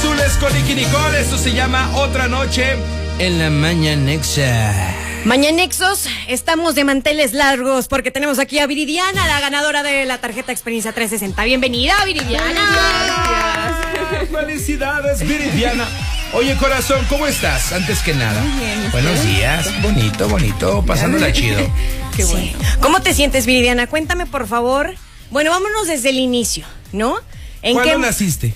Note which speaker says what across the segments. Speaker 1: Flores con Nicky Nicole. Esto se llama Otra Noche en la Mañanexa.
Speaker 2: Mañanexos, estamos de manteles largos porque tenemos aquí a Viridiana, la ganadora de la tarjeta Experiencia 360. Bienvenida, Viridiana.
Speaker 1: Felicidades, Viridiana. Oye, corazón, ¿cómo estás? Antes que nada.
Speaker 3: bien, ¿y
Speaker 1: Buenos días. Bonito, bonito. Pasándola chido.
Speaker 3: Qué bueno.
Speaker 2: Sí. ¿Cómo te sientes, Viridiana? Cuéntame, por favor. Bueno, vámonos desde el inicio, ¿no? ¿En
Speaker 1: ¿Cuándo naciste?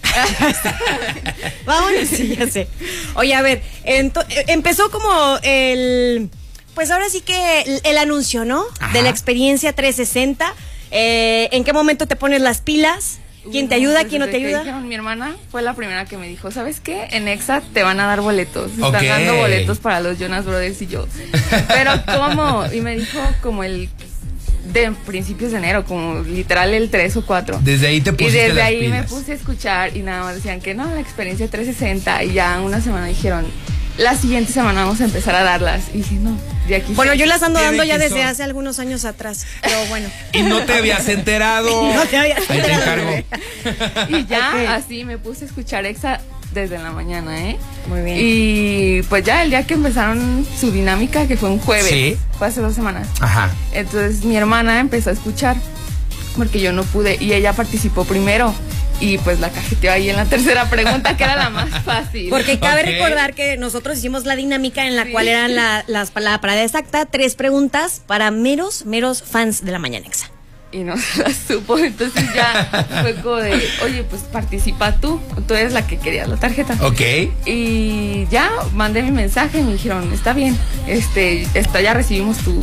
Speaker 2: Vámonos, sí, ya sé. Oye, a ver, ento- eh, empezó como el. Pues ahora sí que el, el anuncio, ¿no?
Speaker 1: Ajá.
Speaker 2: De la experiencia 360. Eh, ¿En qué momento te pones las pilas? ¿Quién te
Speaker 3: Uy, pues
Speaker 2: ayuda?
Speaker 3: desde
Speaker 2: ¿Quién no te
Speaker 3: que
Speaker 2: ayuda?
Speaker 3: dijeron, mi hermana fue la primera que me dijo, ¿sabes qué? En Exa te van a dar boletos. Están
Speaker 1: Ok.
Speaker 3: dando boletos para los Jonas Brothers y yo. Pero ¿cómo? Y me dijo como el de principios de enero, como literal el 3 o 4.
Speaker 1: Desde ahí te
Speaker 3: y
Speaker 1: pusiste
Speaker 3: desde
Speaker 1: las
Speaker 3: ahí me
Speaker 1: pilas.
Speaker 3: puse a escuchar y nada más decían que no, la experiencia 360 y ya una semana dijeron, la siguiente semana vamos a empezar a darlas. Y dije, no, de aquí.
Speaker 2: Bueno,
Speaker 3: soy".
Speaker 2: yo las ando
Speaker 1: Tiene
Speaker 2: dando ya
Speaker 1: que
Speaker 2: desde
Speaker 1: son.
Speaker 2: hace algunos años atrás. Pero bueno.
Speaker 1: Y no te habías enterado.
Speaker 2: No te habías
Speaker 1: Ahí te
Speaker 2: enterado,
Speaker 1: encargo.
Speaker 2: bebé.
Speaker 3: Y ya
Speaker 2: Ok.
Speaker 3: así me puse a escuchar Exa desde la mañana, ¿eh?
Speaker 2: Muy bien.
Speaker 3: Y pues ya el día que empezaron su dinámica, que fue un jueves,
Speaker 1: Sí.
Speaker 3: fue hace dos semanas.
Speaker 1: Ajá.
Speaker 3: Entonces mi hermana empezó a escuchar, porque yo no pude, y ella participó primero. Y pues la cajeteó ahí en la tercera pregunta, que era la más fácil.
Speaker 2: Porque cabe
Speaker 1: Ok.
Speaker 2: recordar que nosotros hicimos la dinámica en la
Speaker 3: Sí.
Speaker 2: cual eran la- las palabras exacta, tres preguntas para meros, meros fans de la Mañanexa.
Speaker 3: y no se la supo. Entonces ya fue como de, oye, pues participa tú. Tú eres la que quería la tarjeta.
Speaker 1: Ok.
Speaker 3: Y ya mandé mi mensaje y me dijeron, está bien, este, está, ya recibimos tu,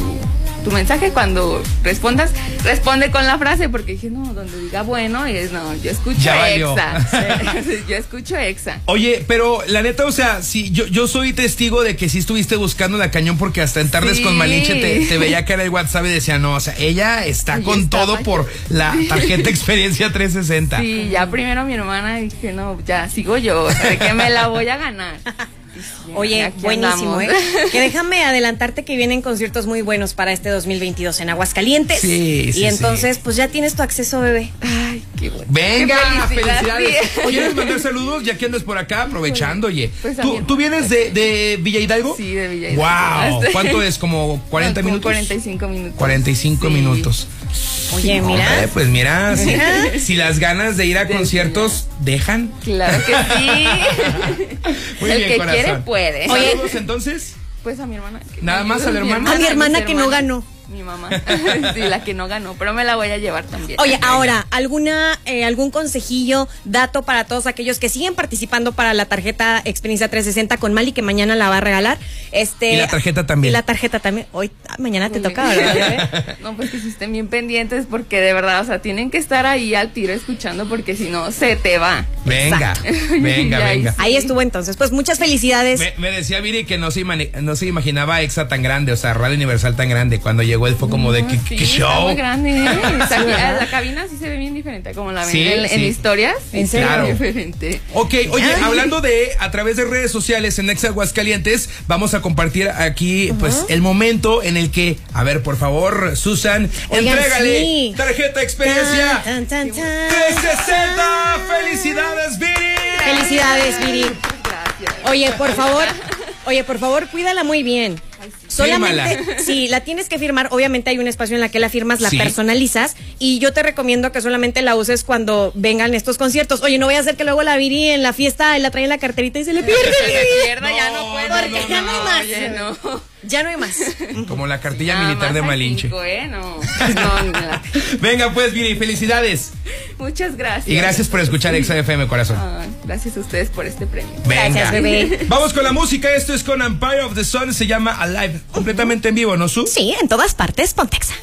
Speaker 3: tu mensaje. Cuando respondas, responde con la frase, porque dije, no, donde diga bueno, y es, no, yo escucho
Speaker 1: Ya valió.
Speaker 3: exa. Sí, yo escucho exa.
Speaker 1: Oye, pero la neta, o sea, sí, yo, yo soy testigo de que sí estuviste buscando la cañón porque hasta en tardes
Speaker 3: Sí.
Speaker 1: con Malinche te, te veía que era el WhatsApp y decía, no, o sea, ella está
Speaker 3: Ella
Speaker 1: con
Speaker 3: está
Speaker 1: todo
Speaker 3: pa-
Speaker 1: por la tarjeta experiencia 360.
Speaker 3: Sí, ya primero mi hermana dije, no, ya sigo yo, o sea, de que me la voy a ganar. Y sí,
Speaker 2: Oye,
Speaker 3: aquí
Speaker 2: buenísimo,
Speaker 3: andamos.
Speaker 2: ¿eh? Que déjame adelantarte que vienen conciertos muy buenos para este 2022 en Aguascalientes.
Speaker 1: Sí, sí,
Speaker 2: Y entonces,
Speaker 1: sí.
Speaker 2: pues ya tienes tu acceso, bebé.
Speaker 3: Ay, qué bueno.
Speaker 1: Venga,
Speaker 3: Qué felicidad,
Speaker 1: felicidades.
Speaker 3: sí.
Speaker 1: Oye, ¿Quieres mandar saludos? Ya que andas por acá, aprovechando, oye.
Speaker 3: Pues a mi
Speaker 1: ¿Tú,
Speaker 3: hermana.
Speaker 1: tú vienes de, de Villa Hidalgo?
Speaker 3: Sí, de Villa Hidalgo.
Speaker 1: ¡Wow! ¿Cuánto es? ¿Como 40
Speaker 3: Como
Speaker 1: minutos?
Speaker 3: 45 minutos.
Speaker 1: 45
Speaker 3: Sí.
Speaker 1: minutos.
Speaker 2: Oye,
Speaker 1: Hombre,
Speaker 2: mira.
Speaker 1: pues mira, si,
Speaker 2: Mira.
Speaker 1: si las ganas de ir a
Speaker 3: De
Speaker 1: conciertos dejan.
Speaker 3: Claro que sí.
Speaker 1: Muy
Speaker 3: El
Speaker 1: bien,
Speaker 3: que
Speaker 1: corazón.
Speaker 3: quiere puede.
Speaker 2: Oye.
Speaker 1: Saludos entonces.
Speaker 3: Pues a mi hermana. que-
Speaker 1: ¿Nada
Speaker 3: mi-
Speaker 1: más a la hermana?
Speaker 2: A mi hermana
Speaker 3: mis
Speaker 2: que no
Speaker 3: hermanas.
Speaker 2: ganó.
Speaker 3: Mi mamá. sí, la que no ganó, pero me la voy a llevar también.
Speaker 2: Oye, ahora, ¿alguna, eh, algún consejillo, dato para todos aquellos que siguen participando para la tarjeta Experiencia 360 con Mali, que mañana la va a regalar? Este,
Speaker 1: Y la tarjeta también.
Speaker 2: Y la tarjeta también. Hoy, ah, mañana te
Speaker 3: Muy
Speaker 2: toca,
Speaker 3: bien.
Speaker 2: ¿verdad? bebé?
Speaker 3: No, pues que sí estén bien pendientes porque de verdad, o sea, tienen que estar ahí al tiro escuchando porque si no, se te va.
Speaker 1: Venga,
Speaker 3: Exacto.
Speaker 1: venga,
Speaker 3: Ya
Speaker 1: venga.
Speaker 3: hice.
Speaker 2: Ahí estuvo entonces. Pues muchas felicidades.
Speaker 1: Me, me decía Viri que no se, imani- no se imaginaba a EXA tan grande, o sea, Radio Universal tan grande. Cuando llegó él fue como de,
Speaker 3: No,
Speaker 1: ¿qué,
Speaker 3: Ah, sí,
Speaker 1: qué
Speaker 3: Está
Speaker 1: show?
Speaker 3: muy grande. ¿eh? Está-
Speaker 2: Sí, ¿verdad?
Speaker 3: la cabina sí se ve bien diferente a como la ven
Speaker 1: Sí,
Speaker 3: en, en
Speaker 1: sí.
Speaker 3: historias.
Speaker 1: ¿En
Speaker 3: Sí, se ve
Speaker 1: serio?
Speaker 3: Diferente.
Speaker 1: Ok, oye, hablando de a través de redes sociales en Exa Aguascalientes, vamos a compartir aquí pues el momento en el que, a ver, por favor, Susan,
Speaker 2: Oigan,
Speaker 1: entrégale
Speaker 2: sí. Ah,
Speaker 1: tarjeta experiencia
Speaker 2: Tan, tan, tan, tan.
Speaker 1: 360. Felicidades, Viri.
Speaker 2: Felicidades, Viri.
Speaker 3: Gracias.
Speaker 2: Oye, por favor, oye, por favor, cuídala muy bien. Solamente,
Speaker 1: Fírmala.
Speaker 2: sí, la tienes que firmar. Obviamente hay un espacio en la que la firmas, la
Speaker 1: Sí.
Speaker 2: personalizas y yo te recomiendo que solamente la uses cuando vengan estos conciertos. Oye, no voy a hacer que luego la viri en la fiesta y la trae en la carterita y se le pierde.
Speaker 3: Se
Speaker 2: mi
Speaker 3: la
Speaker 2: vida.
Speaker 3: pierda, ya no
Speaker 1: No,
Speaker 3: puedo.
Speaker 1: no,
Speaker 2: Porque ya no hay más.
Speaker 3: Oye, no.
Speaker 2: Ya no hay más.
Speaker 1: Como la cartilla
Speaker 3: Nada
Speaker 1: militar
Speaker 3: más
Speaker 1: de
Speaker 3: al
Speaker 1: Malinche.
Speaker 3: cinco, ¿eh? No, no, ni la-
Speaker 1: Venga, pues, Viri, felicidades.
Speaker 3: Muchas gracias.
Speaker 1: Y gracias por escuchar Exa FM, corazón.
Speaker 3: Ah, gracias a ustedes por este premio.
Speaker 1: Venga.
Speaker 2: Gracias, bebé.
Speaker 1: Vamos con la música. Esto es con Empire of the Sun. Se llama Alive. Completamente en vivo, ¿no, Su?
Speaker 2: Sí, en todas partes, Pontexa.